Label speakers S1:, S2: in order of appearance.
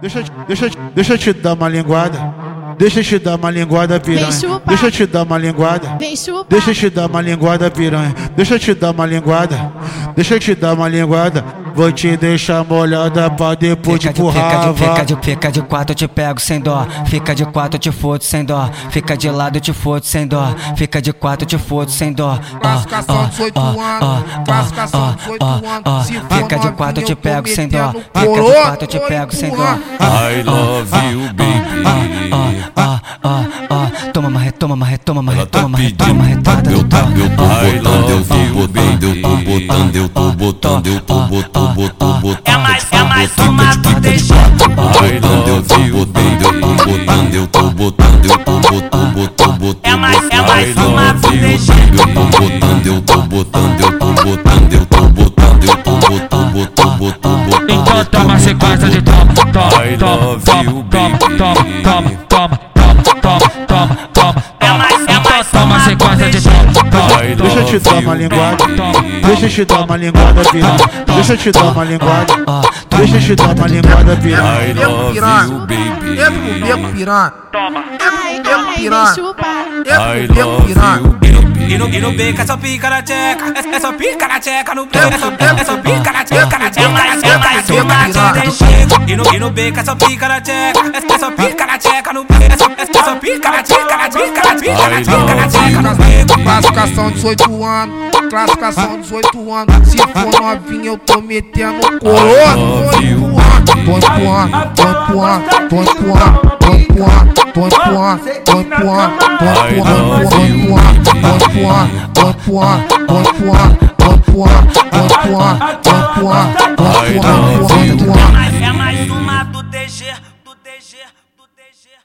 S1: Deixa, eu te- deixa, eu te- deixa eu te dar uma linguada. Deixa eu te dar uma linguada, piranha.
S2: Vem chupar.
S1: Deixa eu te dar uma linguada.
S2: Vem chupar.
S1: Deixa eu te dar uma linguada, piranha. Deixa eu te dar uma linguada. Deixa eu te dar uma linguada. Vou te deixar molhada pra depois te
S3: Fica de, fica
S1: empurrar.
S3: de, fica
S1: vá.
S3: de, fica de quatro, eu te pego sem dó. Fica de quatro, eu te foto sem dó. Fica de lado, eu te foto sem dó. Fica de quatro, eu te foto sem dó. Ah,
S4: Cascação 18 anos, cascação 18 anos. Se for
S3: ah. Fica de quatro, eu te
S4: novinha, eu
S3: pego
S4: tô
S3: sem dó.
S4: metendo
S3: Fica de
S4: coroa,
S3: quatro, eu te
S4: tô
S3: pego sem dó. Ah,
S4: empurrando.
S5: I love you, baby.
S3: Ó, ó, ó, ah, toma marre, toma marre, toma marre,
S5: Ela tá
S3: toma marre,
S5: pedindo
S3: toma marre,
S5: pra
S3: toma Ah,
S5: eu tá, eu tô
S3: Ai,
S5: botando, eu tô
S3: love you,
S5: botando, eu tô
S3: baby.
S5: botando, eu
S3: ah,
S5: tô botando, eu tô botando, eu tô botando. É mais, é mais uma I love you, baby. Eu tô botando, eu tô botando, eu tô botando, eu tô botando. É mais, é mais uma Eu tô botando, eu tô botando, eu tô botando, eu tô botando, eu tô botando, eu tô botando, eu tô
S6: Então
S5: botando.
S6: toma sequência de toma, toma,
S5: I
S6: toma,
S5: love you,
S6: toma, toma,
S5: baby.
S6: toma, toma, toma, toma, toma, toma, toma. Então toma sequência de toma,
S5: I
S6: toma,
S5: love
S1: Deixa eu te dar
S5: you,
S1: uma linguada.
S5: baby.
S1: Deixa eu te dar uma linguada, piranha. Deixa eu te dar uma linguada.
S3: ó,
S1: Deixa eu te dar uma linguada, piranha.
S5: I love you, baby.
S4: Entra no beco piranha.
S2: Ai,
S4: Entra no
S2: ai,
S4: beco
S2: vem
S4: piranha.
S2: chupar.
S5: I
S4: Entra no beco
S5: love you,
S4: piranha.
S5: baby.
S7: E no, e no beco é só pica na tcheca, é, é só pica na tcheca no beco, é só, é só pica na tcheca, na
S5: É
S7: tcheca, na tcheca, na tcheca, na tcheca do Chico. E no, e no beco é só pica na tcheca, é, é só pica na tcheca no beco, é só, é só pica na tcheca, na tcheca, na tcheca, na tcheca, na tcheca no beco.
S4: Classificação 18 anos, classificação 18 anos. Se for novinha, eu tô metendo coroa. Tô empurrando, tô empurrando, tô empurrando, tô empurrando, tô empurrando, tô empurrando, tô empurrando, tô empurrando, tô empurrando, tô empurrando, tô empurrando, tô empurrando, tô empurrando, tô empurrando, tô empurrando, tô
S5: É
S4: empurrando, tô empurrando.
S7: É mais uma do DG, do DG, do DG.